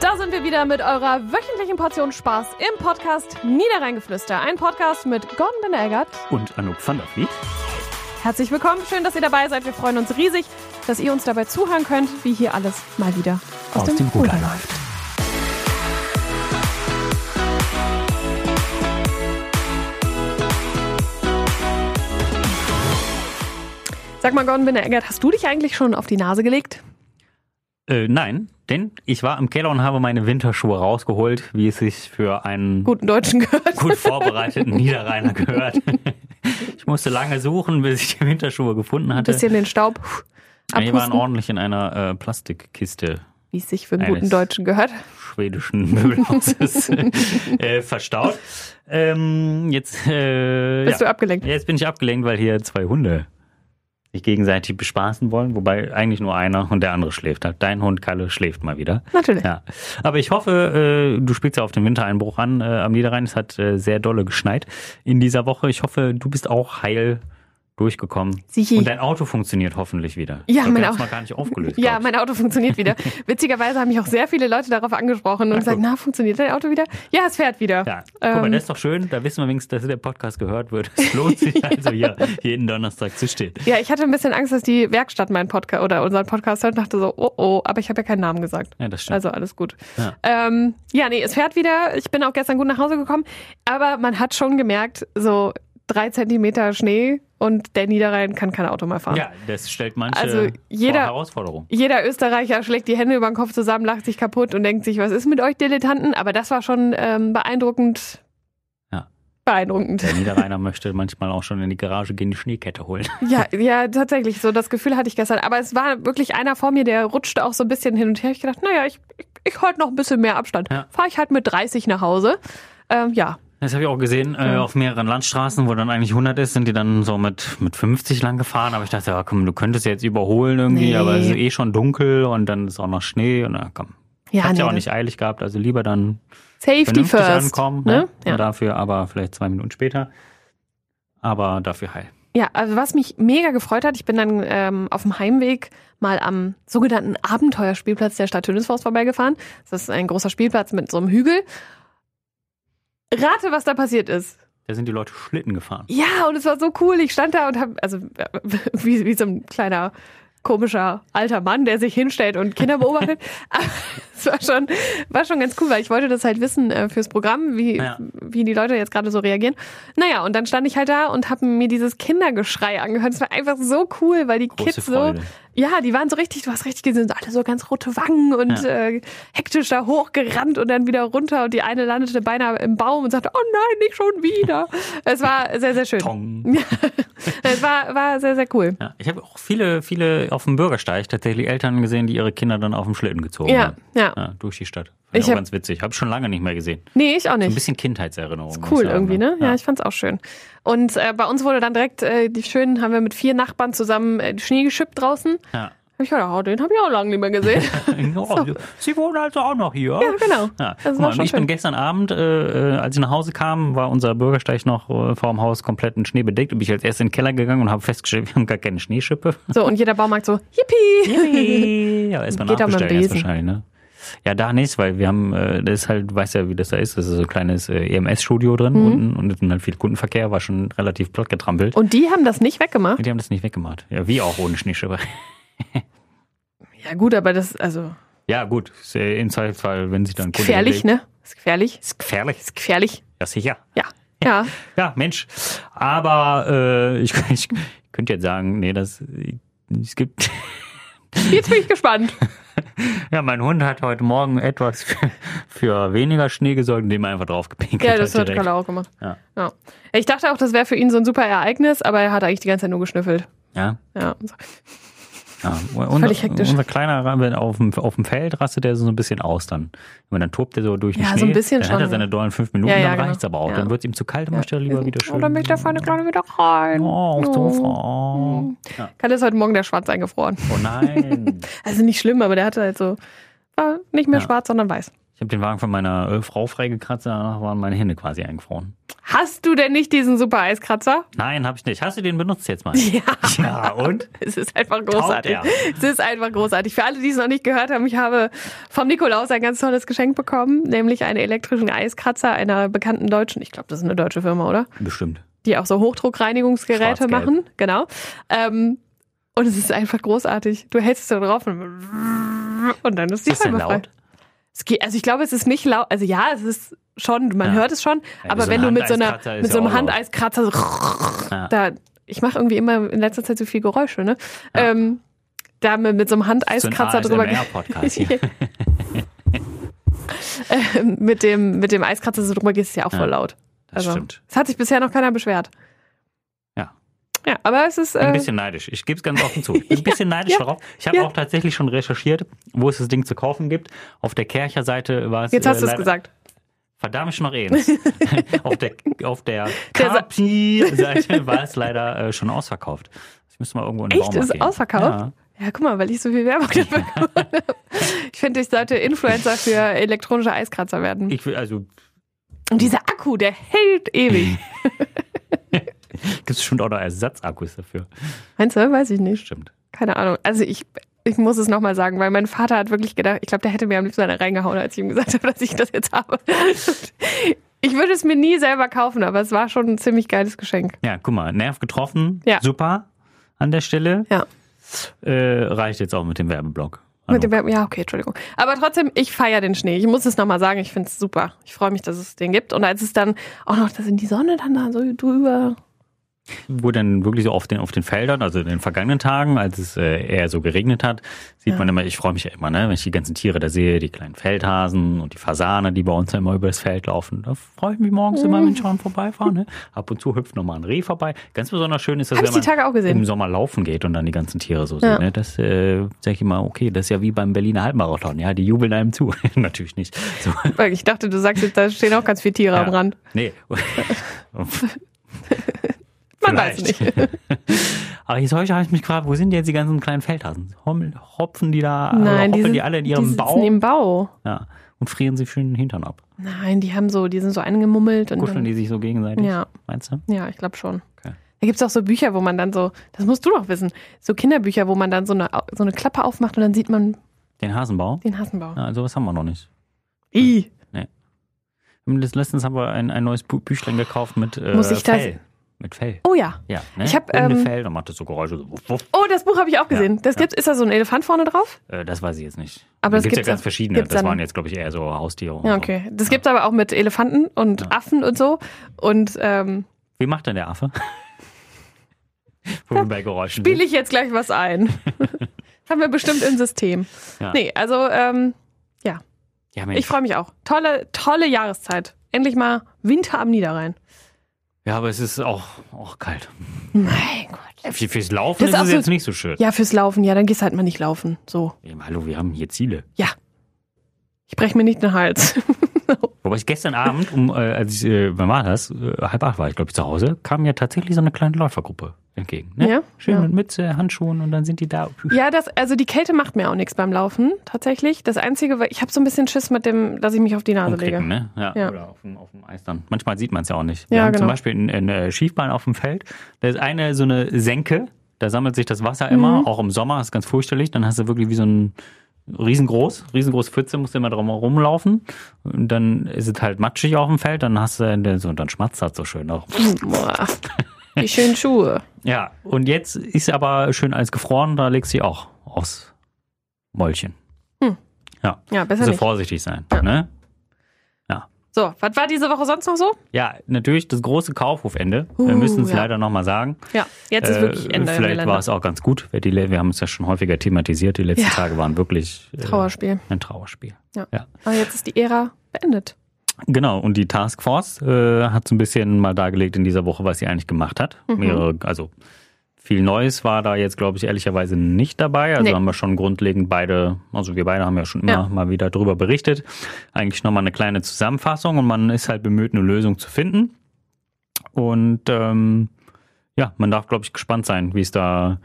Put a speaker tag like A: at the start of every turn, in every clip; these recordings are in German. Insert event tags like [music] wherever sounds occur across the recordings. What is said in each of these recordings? A: Da sind wir wieder mit eurer wöchentlichen Portion Spaß im Podcast Niederrheingeflüster. Ein Podcast mit Gordon Benelgert.
B: Und Anouk van der Vliet.
A: Herzlich willkommen, schön, dass ihr dabei seid. Wir freuen uns riesig, dass ihr uns dabei zuhören könnt, wie hier alles mal wieder aus, dem, Ruder läuft. Sag mal, Gordon Benelgert, hast du dich eigentlich schon auf die Nase gelegt?
B: Äh, nein, denn ich war im Keller und habe meine Winterschuhe rausgeholt, wie es sich für einen
A: Guten Deutschen gehört. [laughs]
B: gut vorbereiteten Niederrheiner gehört. [laughs] ich musste lange suchen, bis ich die Winterschuhe gefunden
A: Ein
B: hatte.
A: bisschen den Staub
B: die waren
A: abhusten,
B: ordentlich in einer äh, Plastikkiste
A: wie es sich für einen
B: Eines.
A: guten Deutschen gehört.
B: schwedischen
A: [laughs]
B: [laughs] Möbelhauses äh, verstaut. Ähm, jetzt, äh,
A: Bist
B: ja.
A: du abgelenkt?
B: Jetzt bin ich abgelenkt, weil hier zwei Hunde sich gegenseitig bespaßen wollen, wobei eigentlich nur einer und der andere schläft. halt. Dein Hund Kalle schläft mal wieder.
A: Natürlich.
B: Ja. Aber ich hoffe, äh, du spielst ja auf den Wintereinbruch an äh, am Niederrhein. Es hat äh, sehr dolle geschneit in dieser Woche. Ich hoffe, du bist auch heil durchgekommen.
A: Sichi.
B: Und dein Auto funktioniert hoffentlich wieder.
A: Ja,
B: mein
A: mein
B: Auto.
A: Au-
B: mal gar nicht aufgelöst.
A: Ja,
B: glaub ich.
A: mein Auto funktioniert
B: [laughs]
A: wieder. Witzigerweise haben mich auch sehr viele Leute darauf angesprochen und gesagt, na, funktioniert dein Auto wieder? Ja, es fährt wieder.
B: Ja, guck mal,
A: Ähm,
B: das ist doch schön. Da wissen wir wenigstens, dass der Podcast gehört wird. Es
A: [laughs]
B: lohnt sich also hier jeden Donnerstag zu stehen.
A: ja, ich hatte ein bisschen Angst, dass die Werkstatt meinen Podcast oder unseren Podcast hört und dachte so, oh oh, aber ich habe ja keinen Namen gesagt.
B: Ja, das stimmt.
A: Also alles gut.
B: Ja.
A: Ähm, ja, nee, es fährt wieder. Ich bin auch gestern gut nach Hause gekommen, aber man hat schon gemerkt, so drei Zentimeter Schnee und der Niederrhein kann kein Auto mehr fahren.
B: ja, das stellt manche
A: Also jeder-
B: vor Herausforderung.
A: Jeder Österreicher schlägt die Hände über den Kopf zusammen, lacht sich kaputt und denkt sich, was ist mit euch Dilettanten? Aber das war schon ähm, beeindruckend.
B: Ja.
A: Beeindruckend.
B: Der Niederrheiner möchte manchmal auch schon in die Garage gehen, die Schneekette holen.
A: Ja, ja, tatsächlich. So das Gefühl hatte ich gestern. Aber es war wirklich einer vor mir, der rutschte auch so ein bisschen hin und her. Ich gedacht, naja, ich, ich, ich halte noch ein bisschen mehr Abstand.
B: Ja.
A: Fahr Fahre ich halt mit 30 nach Hause. Ähm, ja,
B: Das habe ich auch gesehen, äh, auf mehreren Landstraßen, wo dann eigentlich 100 ist, sind die dann so mit, mit 50 lang gefahren. Aber ich dachte, ja, komm, du könntest jetzt überholen irgendwie,
A: Nee.
B: aber es ist eh schon dunkel und dann ist auch noch Schnee und na, komm.
A: ja,
B: Hat
A: nee,
B: ja auch
A: das-
B: nicht eilig gehabt, also lieber dann
A: Safety
B: vernünftig
A: first.
B: ankommen. Ne?
A: ne?
B: Und
A: Ja.
B: Dafür aber vielleicht zwei Minuten später. Aber dafür heil.
A: ja, also was mich mega gefreut hat, ich bin dann ähm, auf dem Heimweg mal am sogenannten Abenteuerspielplatz der Stadt Tönisforst vorbeigefahren. Das ist ein großer Spielplatz mit so einem Hügel. Rate, was da passiert ist.
B: Da sind die Leute Schlitten gefahren.
A: Ja, und es war so cool. Ich stand da und habe, also [laughs] äh, wie, wie so ein kleiner komischer alter Mann, der sich hinstellt und Kinder beobachtet. [laughs] Aber es war schon, war schon ganz cool, weil ich wollte das halt wissen äh, fürs Programm, wie,
B: Ja.
A: wie die Leute jetzt gerade so reagieren. Naja, und dann stand ich halt da und habe mir dieses Kindergeschrei angehört. Es war einfach so cool, weil die
B: Große
A: Kids
B: Freude.
A: so, ja, die waren so richtig, du hast richtig gesehen, so alle so ganz rote Wangen und äh, hektisch da hochgerannt und dann wieder runter und die eine landete beinahe im Baum und sagte, oh nein, nicht schon wieder. es war sehr, sehr schön.
B: Tong.
A: Es war, war sehr, sehr cool.
B: Ja, ich habe auch viele, viele auf dem Bürgersteig tatsächlich Eltern gesehen, die ihre Kinder dann auf dem Schlitten gezogen
A: Ja,
B: haben.
A: ja.
B: ja. Durch die Stadt. Fand
A: Ich
B: ich auch
A: hab-
B: ganz witzig. Habe ich schon lange nicht mehr gesehen.
A: Nee, ich auch
B: Ein
A: nicht.
B: bisschen Kindheitserinnerung. muss
A: Cool
B: ich sagen,
A: irgendwie, ne? Ja,
B: Ja.
A: ich fand's auch schön. Und äh, bei uns wurde dann direkt, äh, die schönen, haben wir mit vier Nachbarn zusammen äh, Schnee geschippt draußen.
B: Ja. [laughs]
A: Hab ich gedacht, oh, den habe ich auch lange nicht mehr [laughs] gesehen.
B: Ja, Sie wohnen also auch noch hier.
A: Ja, genau.
B: Ja.
A: Das
B: Guck
A: war
B: mal,
A: schon
B: ich bin
A: schön.
B: gestern Abend, äh, äh, als ich nach Hause kam, war unser Bürgersteig noch äh, vor dem Haus komplett in Schnee bedeckt. Und bin ich als erst in den Keller gegangen und habe festgestellt, wir haben gar keine Schneeschippe.
A: So, und jeder Baumarkt so, yippie!
B: ja, erstmal
A: Geht doch mit dem
B: nachbestellen jetzt
A: Besen.
B: wahrscheinlich, ne? Ja, da nicht, weil wir haben, äh, das ist halt, weißt ja, wie das da ist. Das ist so ein kleines äh, EMS-Studio drin
A: Mhm.
B: unten und es sind halt viel Kundenverkehr, war schon relativ platt getrampelt.
A: Und die haben das nicht weggemacht?
B: Die haben das nicht weggemacht. Ja, wie auch ohne Schneeschippe.
A: Ja gut, aber das, also,
B: [laughs] Ja, gut, ist, äh, im Zweifelsfall, wenn sich dann Kunde
A: gefährlich,
B: bewegt.
A: ne? Ist gefährlich.
B: Ist gefährlich, ist
A: Gefährlich.
B: Ja, sicher.
A: Ja. Ja.
B: Ja, Mensch. Aber äh, ich, [laughs] ich könnte jetzt sagen, nee, das es gibt. [laughs]
A: Jetzt bin ich gespannt.
B: Ja, mein Hund hat heute Morgen etwas für, für weniger Schnee gesorgt, indem er einfach drauf
A: [laughs]
B: gepinkelt
A: Ja, das
B: hat.
A: hat
B: direkt.
A: Kalle auch gemacht.
B: Ja.
A: Ja. Ich dachte auch, das wäre für ihn so ein super Ereignis, aber er hat eigentlich die ganze Zeit nur geschnüffelt.
B: Ja.
A: Ja. und so.
B: ja. Und,
A: Völlig hektisch.
B: Unser kleiner Rabe auf dem, auf dem Feld rastet der so ein bisschen aus dann. Wenn dann tobt er so durch den
A: Ja, so
B: Schnee.
A: ein bisschen
B: dann
A: schon,
B: hat er
A: ja.
B: seine dollen fünf Minuten,
A: Ja, ja,
B: dann
A: genau.
B: reicht's aber auch.
A: Ja.
B: Dann wird's ihm zu kalt, dann möchte er lieber wieder schön.
A: Oh, dann möchte er vorne kleine wieder rein.
B: Oh, aufs Sofa. Ja.
A: Kalle ist heute Morgen der Schwarz eingefroren.
B: Oh nein.
A: Also nicht schlimm, aber der hatte halt so, war nicht mehr
B: Ja.
A: schwarz, sondern weiß.
B: Ich habe den Wagen von meiner äh, Frau freigekratzt, danach waren meine Hände quasi eingefroren.
A: Hast du denn nicht diesen super Eiskratzer?
B: Nein, habe ich nicht. Hast du den benutzt jetzt
A: [laughs]
B: mal?
A: Ja.
B: Ja, und?
A: [laughs] Es ist einfach großartig.
B: er?
A: Es ist einfach großartig. Für alle, die es noch nicht gehört haben, ich habe vom Nikolaus ein ganz tolles Geschenk bekommen, nämlich einen elektrischen Eiskratzer einer bekannten deutschen, ich glaube, das ist eine deutsche Firma, oder?
B: Bestimmt.
A: Die auch so Hochdruckreinigungsgeräte
B: Schwarz-gelb.
A: machen. Genau. Ähm, und es ist einfach großartig. Du hältst es so drauf und, und dann ist die
B: Ist das denn
A: Scheibe frei.
B: laut?
A: Es geht, also ich glaube, es ist nicht laut. Also ja, es ist schon, man
B: Ja.
A: hört es schon,
B: Ja,
A: aber
B: so
A: wenn
B: ein
A: du mit so, einer,
B: Handeiskratzer ist
A: mit so
B: ja
A: einem
B: auch laut.
A: Handeiskratzer so
B: Ja.
A: da, ich mache irgendwie immer in letzter Zeit so viel Geräusche, ne? Ähm, da mit, mit so einem Handeiskratzer
B: so
A: drüber,
B: ein ASMR-Podcast [laughs] hier.
A: [laughs] ge- Ähm, mit dem, mit dem Eiskratzer so drüber gehst, ist ja auch
B: Ja,
A: voll laut.
B: Das
A: Also,
B: stimmt.
A: Es hat sich bisher noch keiner beschwert.
B: Ja.
A: Ja, aber es ist,
B: Ein
A: äh,
B: bisschen neidisch. Ich gebe es ganz
A: [laughs]
B: offen zu. Ich bin ein bisschen neidisch
A: ja,
B: darauf. Ich habe
A: ja.
B: auch tatsächlich schon recherchiert, wo es das Ding zu kaufen gibt. Auf der Kercher Seite war es.
A: jetzt hast
B: äh,
A: du es
B: leider-
A: gesagt. [laughs]
B: Verdammt ich noch eins. [laughs] auf der, auf der
A: Der Sa-
B: Kapi-Seite war es leider äh, schon ausverkauft. Ich müsste mal irgendwo in den
A: Echt?
B: Baumarkt
A: Ist es
B: gehen.
A: ausverkauft?
B: Ja.
A: Ja. guck mal, weil ich so viel
B: [laughs]
A: Werbung dafür gemacht habe. Ich finde, ich sollte Influencer für elektronische Eiskratzer werden.
B: Ich will, also
A: Und dieser Akku, der hält ewig.
B: [laughs] gibt es schon auch noch Ersatzakkus dafür.
A: Meinst du? Weiß ich nicht.
B: Stimmt.
A: Keine Ahnung. Also ich, ich muss es nochmal sagen, weil mein Vater hat wirklich gedacht, ich glaube, der hätte mir am liebsten eine reingehauen, als ich ihm gesagt habe, dass ich das jetzt habe. [laughs] Ich würde es mir nie selber kaufen, aber es war schon ein ziemlich geiles Geschenk.
B: Ja, guck mal, Nerv getroffen.
A: Ja.
B: Super an der Stelle.
A: Ja.
B: Äh, reicht jetzt auch mit dem Werbeblock.
A: Mit dem, ja, okay, Entschuldigung. Aber trotzdem, ich feiere den Schnee. Ich muss es nochmal sagen, ich finde es super. Ich freue mich, dass es den gibt. Und als es dann auch noch, dass in die Sonne dann da so drüber.
B: wo dann wirklich so auf den, auf den Feldern, also in den vergangenen Tagen, als es äh, eher so geregnet hat, sieht man immer, ich freue mich ja immer, ne, wenn ich die ganzen Tiere da sehe, die kleinen Feldhasen und die Fasane, die bei uns ja immer über das Feld laufen. Da freue ich mich morgens immer,
A: Mhm.
B: wenn ich schon vorbeifahren. Ne? Ab und zu hüpft nochmal ein Reh vorbei. Ganz besonders schön ist das,
A: Hab ich
B: wenn
A: die
B: man
A: Tage auch gesehen.
B: im Sommer laufen geht und dann die ganzen Tiere so
A: Ja.
B: sieht. Ne? Das äh, sage ich immer, okay, das ist ja wie beim Berliner Halbmarathon, ja, die jubeln einem zu. [laughs] Natürlich nicht. So,
A: Weil Ich dachte, du sagst, jetzt, da stehen auch ganz viele Tiere am
B: ja.
A: Rand.
B: Nee. [laughs]
A: Man weiß
B: Vielleicht.
A: nicht. [laughs]
B: Aber jetzt heute habe ich mich gefragt, wo sind jetzt die ganzen kleinen Feldhasen? Hommel- Hopfen die da,
A: Nein,
B: oder
A: die
B: hopfen die,
A: sind,
B: alle in
A: die
B: ihrem
A: Sitzen
B: Bau
A: im Bau.
B: ja, und frieren sich schön den Hintern ab.
A: Nein, die haben so, die sind so eingemummelt und
B: Kuscheln
A: dann,
B: die sich so gegenseitig,
A: Ja.
B: meinst du?
A: Ja, ich glaube schon.
B: Okay.
A: Da gibt's auch so Bücher, wo man dann so, das musst du doch wissen, so Kinderbücher, wo man dann so eine, so eine Klappe aufmacht und dann sieht man
B: Den Hasenbau?
A: den Hasenbau.
B: Ja, sowas haben wir noch nicht.
A: I.
B: Letztens haben wir ein, ein neues Bü- Büchlein gekauft mit äh,
A: Muss ich das-
B: Fell. Mit Fell.
A: Oh ja.
B: Ja, ne?
A: Ich hab, ähm,
B: Hundefell, dann macht das so Geräusche. So, wuff, wuff.
A: Oh, das Buch habe ich auch gesehen. das
B: ja.
A: gibt's, ist da so ein Elefant vorne drauf?
B: Äh, das weiß ich jetzt nicht.
A: Aber das
B: gibt's ja
A: gibt's
B: ganz
A: ja-
B: verschiedene.
A: gibt's
B: Das
A: dann-
B: waren jetzt, glaube ich, eher so Haustiere. und
A: Ja,
B: so.
A: okay. Das gibt's aber auch mit Elefanten und Affen und so. Und ähm,
B: Wie macht denn der Affe? [laughs] Wo wir bei Geräuschen
A: spiele ich jetzt gleich was ein. das haben wir bestimmt im System.
B: Ja.
A: Nee, also ähm,
B: Ja,
A: ich
B: Mensch.
A: freue mich auch. Tolle, tolle Jahreszeit. Endlich mal Winter am Niederrhein.
B: ja, aber es ist auch, auch kalt.
A: Mein Gott.
B: Für, fürs Laufen
A: Äh, Das ist
B: ist es
A: absolut-
B: jetzt nicht so schön.
A: Ja, fürs Laufen, ja, dann gehst halt mal nicht laufen. So.
B: Eben, hallo, wir haben hier Ziele.
A: Ich breche mir nicht den Hals. [laughs]
B: Wobei ich gestern Abend, um, äh, als ich, äh, wann war das? Äh, halb acht war ich, glaube ich, zu Hause, kam ja tatsächlich so eine kleine Läufergruppe entgegen. Ne?
A: Ja,
B: Schön
A: ja.
B: mit Mütze, Handschuhen und dann sind die da.
A: Ja, das, also die Kälte macht mir auch nichts beim Laufen, tatsächlich. Das Einzige, weil ich habe so ein bisschen Schiss mit dem, dass ich mich auf die Nase
B: Umknicken,
A: lege.
B: ne? ja,
A: Ja.
B: Oder auf dem, auf dem Eis dann. Manchmal sieht man es ja auch nicht. Wir
A: Ja,
B: haben zum
A: genau.
B: Beispiel in, in äh, Schiefbahn auf dem Feld, da ist eine so eine Senke, da sammelt sich das Wasser immer,
A: Mhm.
B: auch im Sommer, ist ganz fürchterlich. Dann hast du wirklich wie so ein riesengroß, riesengroße Pfütze, musst du immer drum rumlaufen. Und dann ist es halt matschig auf dem Feld, dann hast du äh, so, und dann schmatzt das so schön auch.
A: Boah. Die schönen Schuhe.
B: Ja, und jetzt ist aber schön alles gefroren, da legst du sie auch aufs Mäulchen. Ja,
A: Ja, besser
B: also
A: nicht.
B: vorsichtig sein. Ne?
A: So, was war diese Woche sonst noch so?
B: Ja, natürlich das große Kaufhofende.
A: Uh,
B: wir müssen es
A: ja.
B: leider nochmal sagen.
A: Ja, jetzt ist wirklich Ende im
B: Äh, vielleicht
A: Gelände.
B: war es auch ganz gut. weil Die, Le- wir haben es ja schon häufiger thematisiert. Die letzten
A: Ja.
B: Tage waren wirklich äh,
A: Trauerspiel.
B: ein Trauerspiel.
A: Aber jetzt ist die Ära beendet.
B: Genau, und die Taskforce äh, hat so ein bisschen mal dargelegt in dieser Woche, was sie eigentlich gemacht hat.
A: Mhm.
B: Mehrere, also viel Neues war da jetzt, glaube ich, ehrlicherweise nicht dabei. Also
A: Nee.
B: haben wir schon grundlegend beide, also wir beide haben ja schon immer
A: Ja.
B: mal wieder drüber berichtet. Eigentlich nochmal eine kleine Zusammenfassung und man ist halt bemüht, eine Lösung zu finden. Und ähm, ja, man darf, glaube ich, gespannt sein, wie es da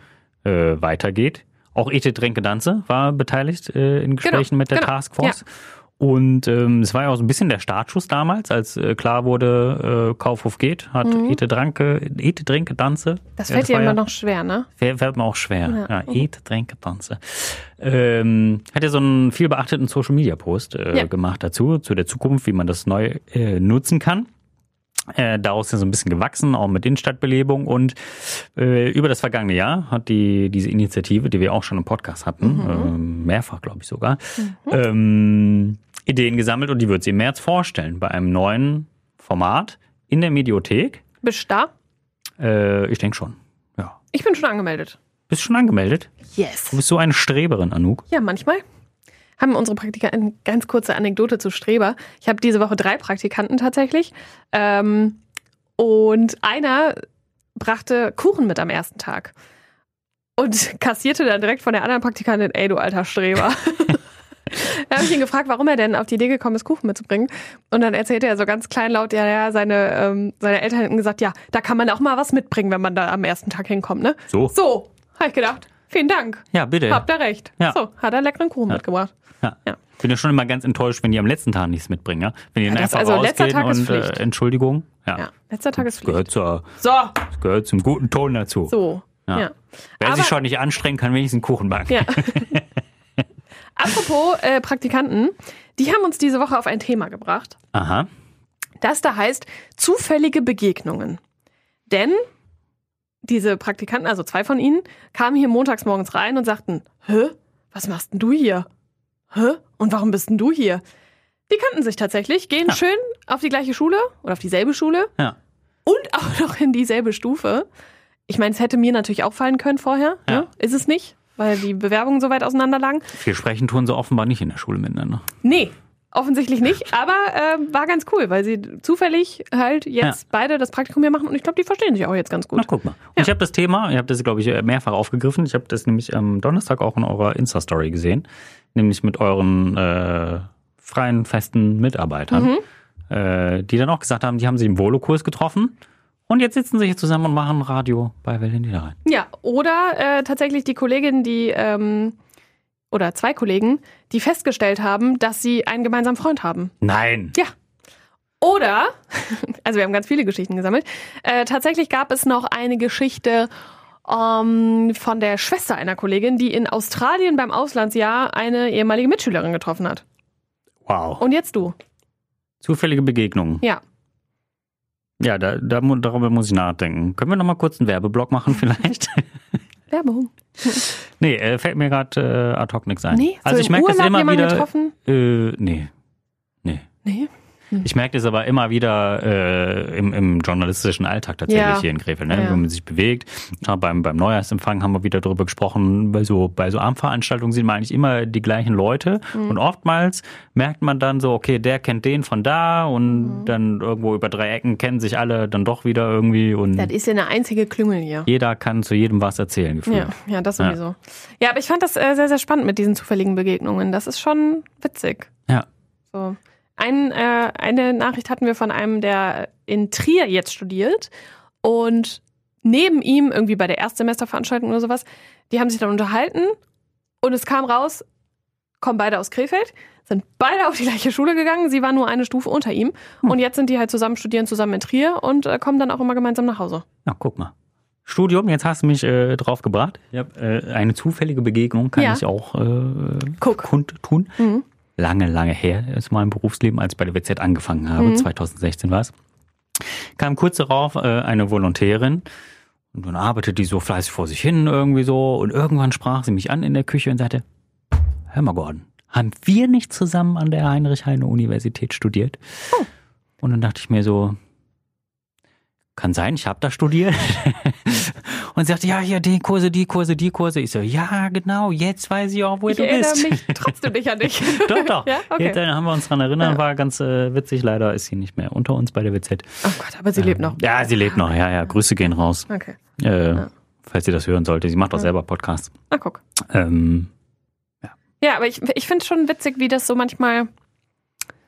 B: äh, weitergeht. Auch Ete Drenke Danze war beteiligt äh, in Gesprächen mit der
A: genau,
B: Taskforce. Und ähm, es war ja auch so ein bisschen der Startschuss damals, als äh, klar wurde, äh, Kaufhof geht, hat Ete Dranke, Ete Drinke Danze.
A: Mhm. Das
B: äh,
A: fällt dir
B: war
A: immer
B: ja-
A: noch schwer, ne?
B: Fäll- Fällt mir auch schwer.
A: Ja.
B: Ja, Ete Drinke Danze. Ähm, hat ja so einen viel beachteten Social Media Post äh,
A: Ja.
B: gemacht dazu, zu der Zukunft, wie man das neu äh, nutzen kann. Äh, daraus ist ja so ein bisschen gewachsen, auch mit Innenstadtbelebung. Und äh, über das vergangene Jahr hat die diese Initiative, die wir auch schon im Podcast hatten,
A: Mhm.
B: ähm, mehrfach, glaube ich sogar, ähm, Ideen gesammelt und die wird sie im März vorstellen bei einem neuen Format in der Mediothek.
A: Bist du da?
B: Äh, ich denke schon. Ja.
A: Ich bin schon angemeldet.
B: Bist du schon angemeldet? Du
A: Yes.
B: bist so eine Streberin, Anouk.
A: Ja, manchmal haben unsere Praktikanten ganz kurze Anekdote zu Streber. Ich habe diese Woche drei Praktikanten tatsächlich. Ähm, und einer brachte Kuchen mit am ersten Tag. Und [laughs] kassierte dann direkt von der anderen Praktikantin, ey du alter Streber. [laughs] da habe ich ihn gefragt, warum er denn auf die Idee gekommen ist, Kuchen mitzubringen. Und dann erzählte er so ganz kleinlaut, ja, ja, seine, ähm, seine Eltern hätten gesagt, ja, da kann man auch mal was mitbringen, wenn man da am ersten Tag hinkommt, ne?
B: So.
A: So, habe ich gedacht. Vielen Dank.
B: Ja, bitte.
A: Habt ihr recht.
B: Äh, Ja.
A: So, hat er leckeren Kuchen mitgebracht.
B: Ja.
A: Ja.
B: Bin ja schon immer ganz enttäuscht, wenn die am letzten Tag nichts mitbringen. Ja? Wenn die
A: Ja,
B: dann
A: das-
B: einfach
A: also letzter
B: rausgehen
A: Tag ist
B: und äh,
A: Pflicht.
B: Entschuldigung. Ja.
A: Ja, letzter Tag ist
B: Das
A: Pflicht.
B: gehört, zur,
A: So,
B: das gehört zum guten Ton dazu.
A: so. Ja.
B: Ja. Wer
A: Aber-
B: sich schon nicht anstrengen kann, wenigstens einen Kuchen backen.
A: Ja. Apropos äh, Praktikanten, die haben uns diese Woche auf ein Thema gebracht,
B: Aha.
A: das da heißt zufällige Begegnungen. Denn diese Praktikanten, also zwei von ihnen, kamen hier montags morgens rein und sagten, hä, was machst denn du hier? Hä, und warum bist denn du hier? Die kannten sich tatsächlich, gehen
B: Ja.
A: schön auf die gleiche Schule oder auf dieselbe Schule
B: Ja.
A: und auch [laughs] noch in dieselbe Stufe. Ich meine, es hätte mir natürlich auch fallen können vorher. Ne?
B: Ja.
A: Ist es nicht, weil die Bewerbungen so weit auseinander lagen.
B: Viel sprechen tun sie offenbar nicht in der Schule miteinander.
A: Nee, offensichtlich nicht, aber ähm, war ganz cool, weil sie zufällig halt jetzt beide das Praktikum hier machen und ich glaube, die verstehen sich auch jetzt ganz
B: Na,
A: gut.
B: guck mal. Und ich habe das Thema, ich habe das, glaube ich, mehrfach aufgegriffen. Ich habe das nämlich am Donnerstag auch in eurer Insta-Story gesehen. Nämlich mit euren äh, freien, festen Mitarbeitern,
A: Mhm.
B: äh, die dann auch gesagt haben, die haben sich im Volokurs getroffen. Und jetzt sitzen sie hier zusammen und machen Radio bei Welle Niederrhein.
A: Ja, oder äh, tatsächlich die Kollegin, die ähm, oder zwei Kollegen, die festgestellt haben, dass sie einen gemeinsamen Freund haben.
B: Nein!
A: Ja. Oder, [laughs] also wir haben ganz viele Geschichten gesammelt, äh, tatsächlich gab es noch eine Geschichte ähm, von der Schwester einer Kollegin, die in Australien beim Auslandsjahr eine ehemalige Mitschülerin getroffen hat.
B: Wow.
A: Und jetzt du.
B: Zufällige Begegnungen.
A: Ja.
B: Ja, da, da, mu- darüber muss ich nachdenken. Können wir nochmal kurz einen
A: [laughs]
B: Werbeblock machen vielleicht?
A: Werbung.
B: nee, äh, fällt mir gerade äh, ad hoc nichts ein.
A: Nee,
B: also
A: so
B: ich
A: im
B: merke das
A: Urlaub
B: immer
A: jemanden
B: wieder.
A: getroffen?
B: Äh, nee. Nee.
A: Nee.
B: Ich merke das aber immer wieder äh, im, im journalistischen Alltag tatsächlich
A: Ja.
B: hier in Krefeld, ne?
A: Ja.
B: wenn man sich bewegt. Ja, beim, beim Neujahrsempfang haben wir wieder drüber gesprochen. Bei so, bei so Abendveranstaltungen sind man eigentlich immer die gleichen Leute.
A: Mhm.
B: Und oftmals merkt man dann so, okay, der kennt den von da und
A: Mhm.
B: dann irgendwo über drei Ecken kennen sich alle dann doch wieder irgendwie und
A: Das ist ja eine einzige Klüngel hier.
B: jeder kann zu jedem was erzählen. Gefühlt.
A: Ja, ja, das sowieso. Ja, aber ich fand das äh, sehr, sehr spannend mit diesen zufälligen Begegnungen. Das ist schon witzig.
B: ja.
A: So. Ein, äh, eine Nachricht hatten wir von einem, der in Trier jetzt studiert und neben ihm, irgendwie bei der Erstsemesterveranstaltung oder sowas, die haben sich dann unterhalten und es kam raus, kommen beide aus Krefeld, sind beide auf die gleiche Schule gegangen, sie war nur eine Stufe unter ihm
B: Hm.
A: und jetzt sind die halt zusammen studieren, zusammen in Trier und äh, kommen dann auch immer gemeinsam nach Hause.
B: Na, guck mal. Studium, jetzt hast du mich äh, drauf gebracht. Ich hab, äh, eine zufällige Begegnung kann
A: Ja.
B: ich auch äh,
A: Guck.
B: kundtun.
A: Mhm.
B: Lange, lange her ist mein Berufsleben, als ich bei der WZ angefangen habe,
A: Mhm.
B: 2016 war es. Kam kurz darauf äh, eine Volontärin und dann arbeitete die so fleißig vor sich hin irgendwie so und irgendwann sprach sie mich an in der Küche und sagte, hör mal Gordon, haben wir nicht zusammen an der Heinrich-Heine-Universität studiert?
A: Oh.
B: Und dann dachte ich mir so, kann sein, ich habe
A: [laughs]
B: da studiert. und sie sagte, ja, hier, die Kurse, die Kurse, die Kurse. Ich so, ja, genau, jetzt weiß ich auch, wo
A: Ich
B: du
A: erinnere
B: bist.
A: mich trotzdem nicht an
B: [laughs]
A: dich.
B: Doch, doch.
A: [laughs] Ja, okay.
B: Jetzt, äh, haben wir uns dran erinnert,
A: Ja.
B: war ganz äh, witzig. Leider ist sie nicht mehr unter uns bei der WZ.
A: Oh Gott, aber sie lebt noch.
B: Ja, sie lebt noch. Ja, ja. Grüße gehen raus.
A: Okay.
B: Äh,
A: Ja.
B: Falls sie das hören sollte. Sie macht auch selber Podcasts.
A: Na guck.
B: Ähm,
A: Ja, aber ich, ich finde es schon witzig, wie das so manchmal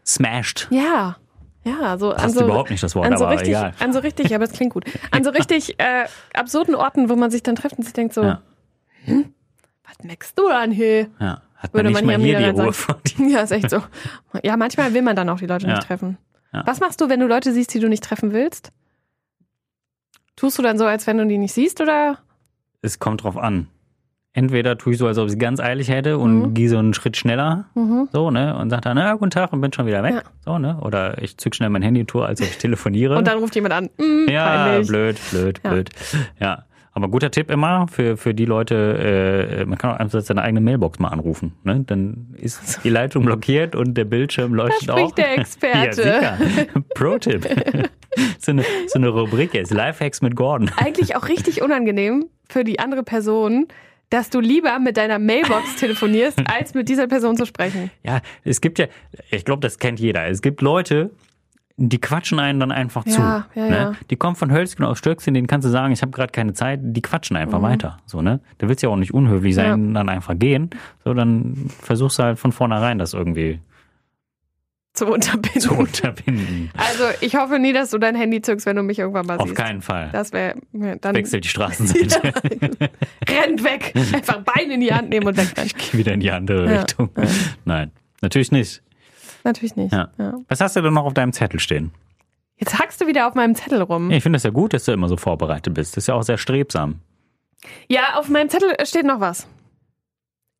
B: smashed.
A: Ja, ja, so
B: Passt
A: an so,
B: überhaupt nicht das Wort,
A: an so
B: aber
A: richtig,
B: egal.
A: an so richtig, aber es klingt gut. An so richtig äh, absurden Orten, wo man sich dann trifft und sich denkt so,
B: Ja.
A: hm, was merkst du an hier? [laughs]
B: Ja. Hat man nicht mal
A: am
B: hier die
A: Niederrhein
B: Ruhe vor
A: sagen.
B: dir.
A: Ja, ist echt so. Ja, manchmal will man dann auch die Leute
B: Ja.
A: nicht treffen.
B: Ja.
A: Was machst du, wenn du Leute siehst, die du nicht treffen willst? Tust du dann so, als wenn du die nicht siehst oder?
B: Es kommt drauf an. Entweder tue ich so, als ob ich es ganz eilig hätte und
A: Mhm.
B: gehe so einen Schritt schneller,
A: Mhm.
B: so, ne? Und sag dann, na, guten Tag und bin schon wieder weg.
A: Ja.
B: So, ne? Oder ich zück schnell mein Handy und tue, als ob ich telefoniere.
A: Und dann ruft jemand an. [laughs] Mm,
B: Ja,
A: peinlich.
B: blöd, blöd,
A: Ja.
B: blöd. Ja. Aber guter Tipp immer für, für die Leute, äh, man kann auch einfach seine eigene Mailbox mal anrufen. Ne? Dann
A: [laughs]
B: ist die Leitung blockiert und der Bildschirm leuchtet
A: spricht
B: auch. [laughs]
A: der Experte.
B: ja, sicher. Pro-Tipp.
A: [laughs]
B: so, eine, so eine Rubrik jetzt. Lifehacks mit Gordon.
A: Eigentlich auch richtig unangenehm für die andere Person, dass du lieber mit deiner Mailbox
B: [laughs]
A: telefonierst, als mit dieser Person zu sprechen.
B: Ja, es gibt ja, ich glaube, das kennt jeder. Es gibt Leute, die quatschen einen dann einfach
A: Ja,
B: zu.
A: ja,
B: ne?
A: ja.
B: Die kommen von Hölzgen auf Stöckchen, denen kannst du sagen, ich habe gerade keine Zeit, die quatschen einfach weiter. So, ne? Da willst du ja auch nicht unhöflich sein
A: Mhm. Ja.
B: und dann einfach gehen. So, dann versuchst du halt von vornherein das irgendwie [laughs]
A: Zu unterbinden.
B: zu unterbinden.
A: Also ich hoffe nie, dass du dein Handy zückst, wenn du mich irgendwann mal
B: auf
A: siehst.
B: keinen Fall.
A: Das wäre dann [laughs]
B: Wechselt die Straßenseite.
A: rennt weg, einfach Beine in die Hand nehmen und
B: [laughs]
A: weg.
B: Ich gehe wieder in die andere
A: Ja.
B: Richtung. Nein, natürlich nicht.
A: Natürlich nicht.
B: Ja.
A: Ja.
B: Was hast du denn noch auf deinem Zettel stehen?
A: Jetzt hackst du wieder auf meinem Zettel rum.
B: Ich finde es ja gut, dass du immer so vorbereitet bist. Das ist ja auch sehr strebsam.
A: Ja, auf meinem Zettel äh, steht noch was.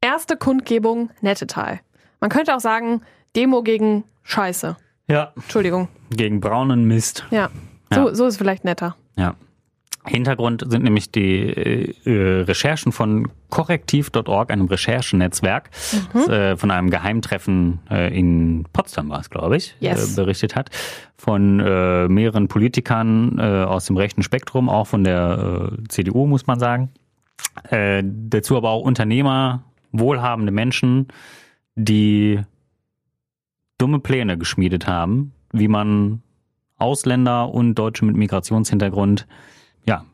A: Erste Kundgebung Nettetal. Man könnte auch sagen, Demo gegen Scheiße.
B: Ja.
A: Entschuldigung.
B: Gegen braunen Mist.
A: Ja. So, so ist vielleicht netter.
B: Ja. Hintergrund sind nämlich die äh, äh, Recherchen von korrektiv.org, einem Recherchenetzwerk, das, äh, von einem Geheimtreffen äh, in Potsdam war es, glaube ich,
A: Yes.
B: äh, berichtet hat, von äh, mehreren Politikern äh, aus dem rechten Spektrum, auch von der äh, CDU, muss man sagen. Äh, dazu aber auch Unternehmer, wohlhabende Menschen, die dumme Pläne geschmiedet haben, wie man Ausländer und Deutsche mit Migrationshintergrund, ja,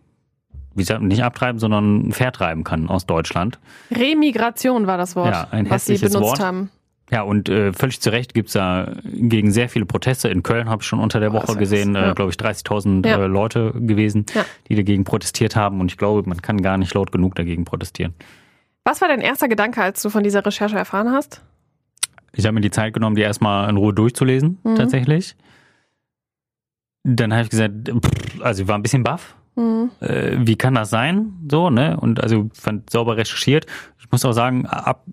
B: wie gesagt, nicht abtreiben, sondern vertreiben kann aus Deutschland.
A: Remigration war das Wort,
B: Ja, ein
A: was sie
B: hässliches
A: benutzt
B: Wort.
A: haben.
B: Ja, und äh, völlig zu Recht gibt's da gegen sehr viele Proteste. In Köln habe ich schon unter der
A: Boah,
B: Woche
A: Oh, das ist-
B: gesehen,
A: ja.
B: äh, glaube ich, 30.000
A: Ja.
B: äh, Leute gewesen,
A: Ja.
B: die dagegen protestiert haben. Und ich glaube, man kann gar nicht laut genug dagegen protestieren.
A: Was war dein erster Gedanke, als du von dieser Recherche erfahren hast?
B: Ich habe mir die Zeit genommen, die erstmal in Ruhe durchzulesen,
A: Mhm.
B: tatsächlich. Dann habe ich gesagt, pff, also ich war ein bisschen baff.
A: Hm.
B: äh, wie kann das sein? So, ne? Und also fand sauber recherchiert. Ich muss auch sagen, ab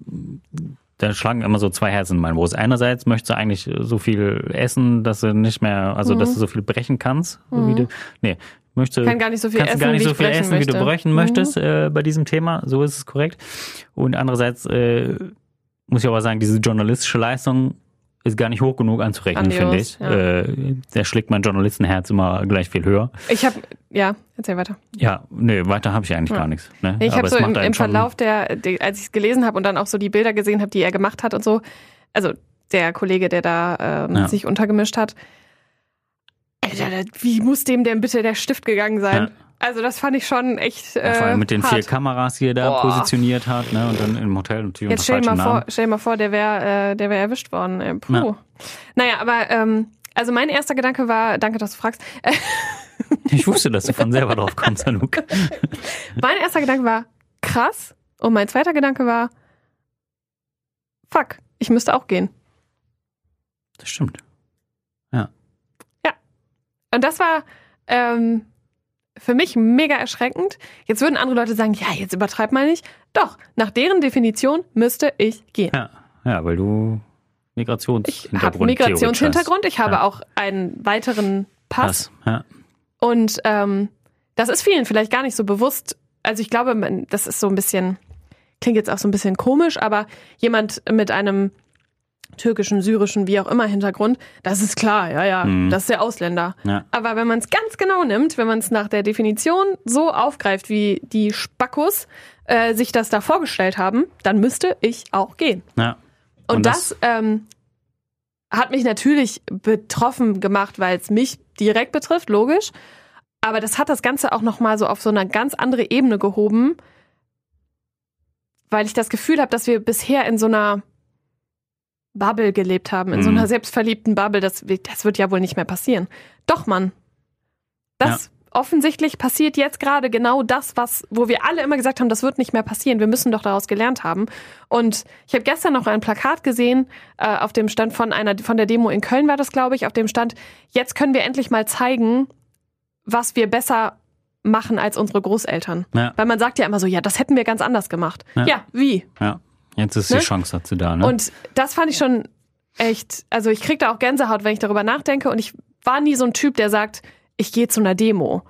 B: da schlagen immer so zwei Herzen in meinen Brust. Einerseits möchtest du eigentlich so viel essen, dass du nicht mehr, also dass du so viel brechen kannst. So wie du, nee, möchte,
A: Kann gar nicht so viel
B: Äh, kannst du
A: essen,
B: gar nicht
A: wie
B: so
A: ich
B: viel
A: brechen
B: essen, wie du
A: möchte.
B: brechen
A: Mhm.
B: möchtest äh, bei diesem Thema. So ist es korrekt. Und andererseits äh, muss ich aber sagen, diese journalistische Leistung ist gar nicht hoch genug anzurechnen, finde
A: Grandios,
B: ich.
A: ja.
B: Äh, da schlägt mein Journalistenherz immer gleich viel höher.
A: Ich habe, ja, erzähl weiter.
B: Ja, nee, weiter habe ich eigentlich gar nichts. Ne?
A: Nee, Ich
B: Aber
A: habe
B: es
A: so
B: macht
A: im,
B: einen
A: im
B: schon-
A: Verlauf der, die, als ich es gelesen habe und dann auch so die Bilder gesehen habe, die er gemacht hat und so, also der Kollege, der da ähm,
B: Ja.
A: sich untergemischt hat, Alter, das- wie muss dem denn bitte der Stift gegangen sein?
B: Ja.
A: Also das fand ich schon echt. Äh,
B: Ja, vor allem mit den
A: hart.
B: vier Kameras, die er da
A: Boah.
B: positioniert hat, ne? Und dann im Hotel natürlich
A: Jetzt stell
B: unter
A: dir
B: falschem
A: mal vor,
B: Namen.
A: stell dir mal vor, der wäre äh, der wär erwischt worden. Äh, puh.
B: Ja.
A: Naja, aber ähm, also mein erster Gedanke war, danke, dass du fragst. Äh,
B: Ich wusste, dass du von selber drauf kommst, Luke.
A: mein erster Gedanke war krass und mein zweiter Gedanke war Fuck, ich müsste auch gehen.
B: Das stimmt.
A: Und das war ähm, für mich mega erschreckend. Jetzt würden andere Leute sagen, ja, jetzt übertreib mal nicht. Doch, nach deren Definition müsste ich gehen.
B: Ja, ja weil du
A: Ich
B: Migrationshintergrund
A: habe Migrationshintergrund, ich habe auch einen weiteren Pass.
B: Pass. Ja.
A: Und ähm, das ist vielen vielleicht gar nicht so bewusst. Also ich glaube, man- das ist so ein bisschen, klingt jetzt auch so ein bisschen komisch, aber jemand mit einem türkischen, syrischen, wie auch immer Hintergrund, das ist klar, ja, ja,
B: Mhm.
A: das ist der Ausländer.
B: Ja.
A: Aber wenn man es ganz genau nimmt, wenn man es nach der Definition so aufgreift, wie die Spackos äh, sich das da vorgestellt haben, dann müsste ich auch gehen.
B: ja.
A: Und,
B: Und das-
A: das, ähm, hat mich natürlich betroffen gemacht, weil es mich direkt betrifft, logisch. Aber das hat das Ganze auch nochmal so auf so eine ganz andere Ebene gehoben, weil ich das Gefühl habe, dass wir bisher in so einer Bubble gelebt haben, in so
B: Mhm.
A: einer selbstverliebten Bubble. Das, das wird ja wohl nicht mehr passieren. Doch, Mann. Das offensichtlich passiert jetzt gerade genau das, was, wo wir alle immer gesagt haben, das wird nicht mehr passieren. Wir müssen doch daraus gelernt haben. Und ich habe gestern noch ein Plakat gesehen, äh, auf dem stand von einer, von der Demo in Köln war das, glaube ich, auf dem stand, jetzt können wir endlich mal zeigen, was wir besser machen als unsere Großeltern.
B: Ja.
A: Weil man sagt ja immer so, ja, das hätten wir ganz anders gemacht.
B: Ja.
A: Ja, wie?
B: Ja. Jetzt ist
A: Ne?
B: die Chance dazu da, ne?
A: Und das fand ich schon echt, also ich krieg da auch Gänsehaut, wenn ich darüber nachdenke. Und ich war nie so ein Typ, der sagt, ich gehe zu einer Demo.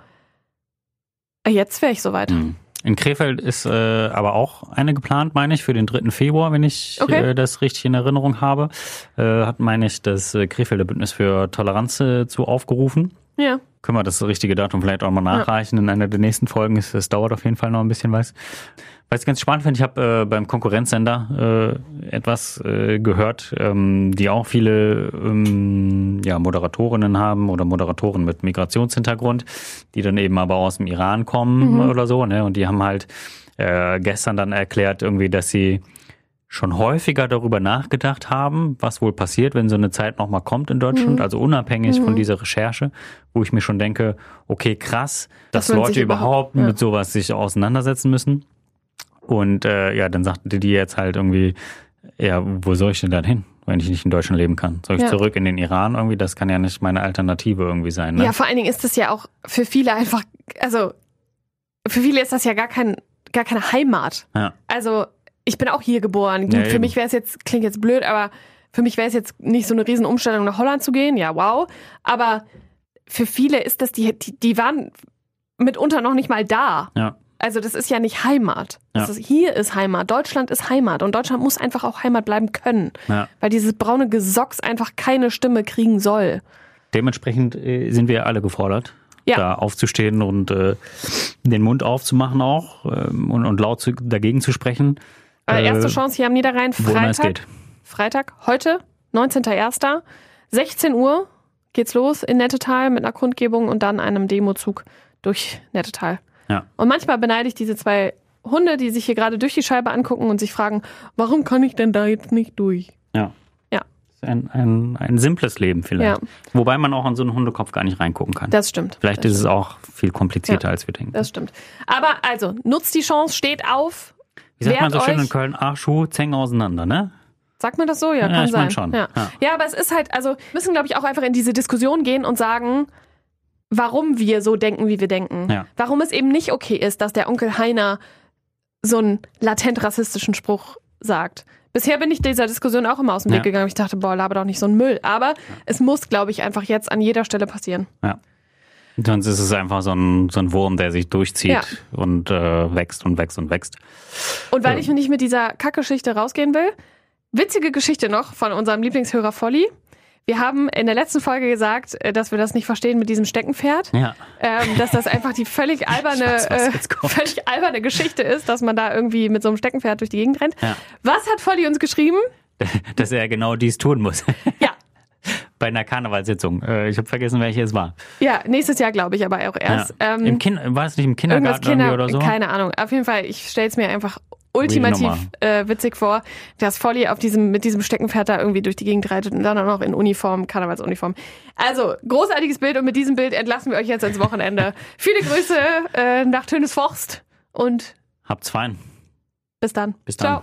A: Jetzt wäre ich soweit.
B: Mhm. In Krefeld ist äh, aber auch eine geplant, meine ich, für den 3. Februar, wenn ich
A: Okay.
B: äh, das richtig in Erinnerung habe. Äh, hat, meine ich, das äh, Krefelder Bündnis für Toleranz äh, zu aufgerufen.
A: Ja.
B: Können wir das richtige Datum vielleicht auch mal nachreichen in einer der nächsten Folgen. Es, es dauert auf jeden Fall noch ein bisschen was. Was ich ganz spannend finde, ich habe äh, beim Konkurrenzsender äh, etwas äh, gehört, ähm, die auch viele ähm, ja, Moderatorinnen haben oder Moderatoren mit Migrationshintergrund, die dann eben aber aus dem Iran kommen
A: Mhm.
B: oder so. Ne? Und die haben halt äh, gestern dann erklärt, irgendwie, dass sie schon häufiger darüber nachgedacht haben, was wohl passiert, wenn so eine Zeit nochmal kommt in Deutschland,
A: Mhm.
B: also unabhängig von dieser Recherche, wo ich mir schon denke, okay, krass, dass,
A: Dass man
B: Leute
A: sich überhaupt-
B: überhaupt mit sowas sich auseinandersetzen müssen. Und äh, ja, dann sagten die jetzt halt irgendwie, ja, wo soll ich denn dann hin, wenn ich nicht in Deutschland leben kann? Soll ich
A: Ja.
B: zurück in den Iran irgendwie? Das kann ja nicht meine Alternative irgendwie sein. Ne?
A: Ja, vor allen Dingen ist das ja auch für viele einfach, also für viele ist das ja gar kein, gar keine Heimat.
B: Ja.
A: Also ich bin auch hier geboren. Gut,
B: Ja,
A: für
B: eben.
A: mich wäre es jetzt, klingt jetzt blöd, aber für mich wäre es jetzt nicht so eine riesen Umstellung nach Holland zu gehen. Ja, wow. Aber für viele ist das, die, die, die waren mitunter noch nicht mal da.
B: Ja.
A: Also das ist ja nicht Heimat. Das
B: Ja.
A: ist, hier ist Heimat. Deutschland ist Heimat. Und Deutschland muss einfach auch Heimat bleiben können.
B: Ja.
A: Weil dieses braune Gesocks einfach keine Stimme kriegen soll.
B: Dementsprechend äh, sind wir alle gefordert,
A: Ja.
B: da aufzustehen und äh, den Mund aufzumachen auch ähm, und, und laut zu, dagegen zu sprechen.
A: Äh, erste
B: Äh,
A: Chance hier am Niederrhein,
B: wo immer es
A: Freitag.
B: geht.
A: Freitag, heute, 19.01., 16 Uhr geht's los in Nettetal mit einer Kundgebung und dann einem Demozug durch Nettetal.
B: Ja.
A: Und manchmal beneide ich diese zwei Hunde, die sich hier gerade durch die Scheibe angucken und sich fragen, warum kann ich denn da jetzt nicht durch?
B: Ja.
A: Ja.
B: Ist Ein, ein, ein simples Leben vielleicht.
A: Ja.
B: Wobei man auch an so einen Hundekopf gar nicht reingucken kann.
A: Das stimmt.
B: vielleicht
A: das
B: ist es auch viel komplizierter, als wir denken.
A: Das stimmt. Aber also, nutzt die Chance, steht auf.
B: Wie sagt man
A: wehrt
B: so schön
A: euch.
B: in Köln? Ach, Schuh, Zäng auseinander, ne?
A: Sagt man das so? Ja,
B: Ja,
A: kann
B: ich
A: sein.
B: mein schon.
A: Ja.
B: Ja.
A: Ja. aber es ist halt, also wir müssen, glaube ich, auch einfach in diese Diskussion gehen und sagen, warum wir so denken, wie wir denken.
B: Ja.
A: Warum es eben nicht okay ist, dass der Onkel Heiner so einen latent rassistischen Spruch sagt. Bisher bin ich dieser Diskussion auch immer aus dem
B: Ja.
A: Weg gegangen. Ich dachte, boah, laber doch nicht so einen Müll. Aber es muss, glaube ich, einfach jetzt an jeder Stelle passieren.
B: Sonst ist es einfach so ein, so ein Wurm, der sich durchzieht
A: Ja.
B: und äh, wächst und wächst und wächst.
A: Und weil
B: Ja.
A: ich nicht mit dieser Kackgeschichte rausgehen will, witzige Geschichte noch von unserem Lieblingshörer Volli. Wir haben in der letzten Folge gesagt, äh, dass wir das nicht verstehen mit diesem Steckenpferd.
B: Ja.
A: ähm, dass das einfach die
B: [laughs]
A: völlig alberne,
B: weiß, was
A: äh,
B: jetzt kommt.
A: völlig alberne Geschichte ist, dass man da irgendwie mit so einem Steckenpferd durch die Gegend rennt.
B: Ja.
A: Was hat Volli uns geschrieben?
B: [laughs] [laughs] Dass er genau dies tun muss. [laughs]
A: Ja,
B: Bei einer Karnevalssitzung. Äh, ich habe vergessen, welche es war.
A: ja, nächstes Jahr glaube ich, aber auch erst.
B: ja.
A: Ähm,
B: Im kind war es nicht im
A: irgendwas
B: Kindergarten
A: Kinder,
B: irgendwie oder so?
A: keine Ahnung. Auf jeden Fall, ich stelle es mir einfach ultimativ
B: Nummer.
A: äh, witzig vor, dass Volli auf diesem, mit diesem Steckenpferd da irgendwie durch die Gegend reitet und dann auch noch in Uniform, Karnevalsuniform. Also, großartiges Bild und mit diesem Bild entlassen wir euch jetzt ins
B: [laughs]
A: Wochenende. Viele Grüße äh, nach Tönesforst und
B: Habt's fein.
A: Bis dann.
B: Bis dann.
A: Ciao.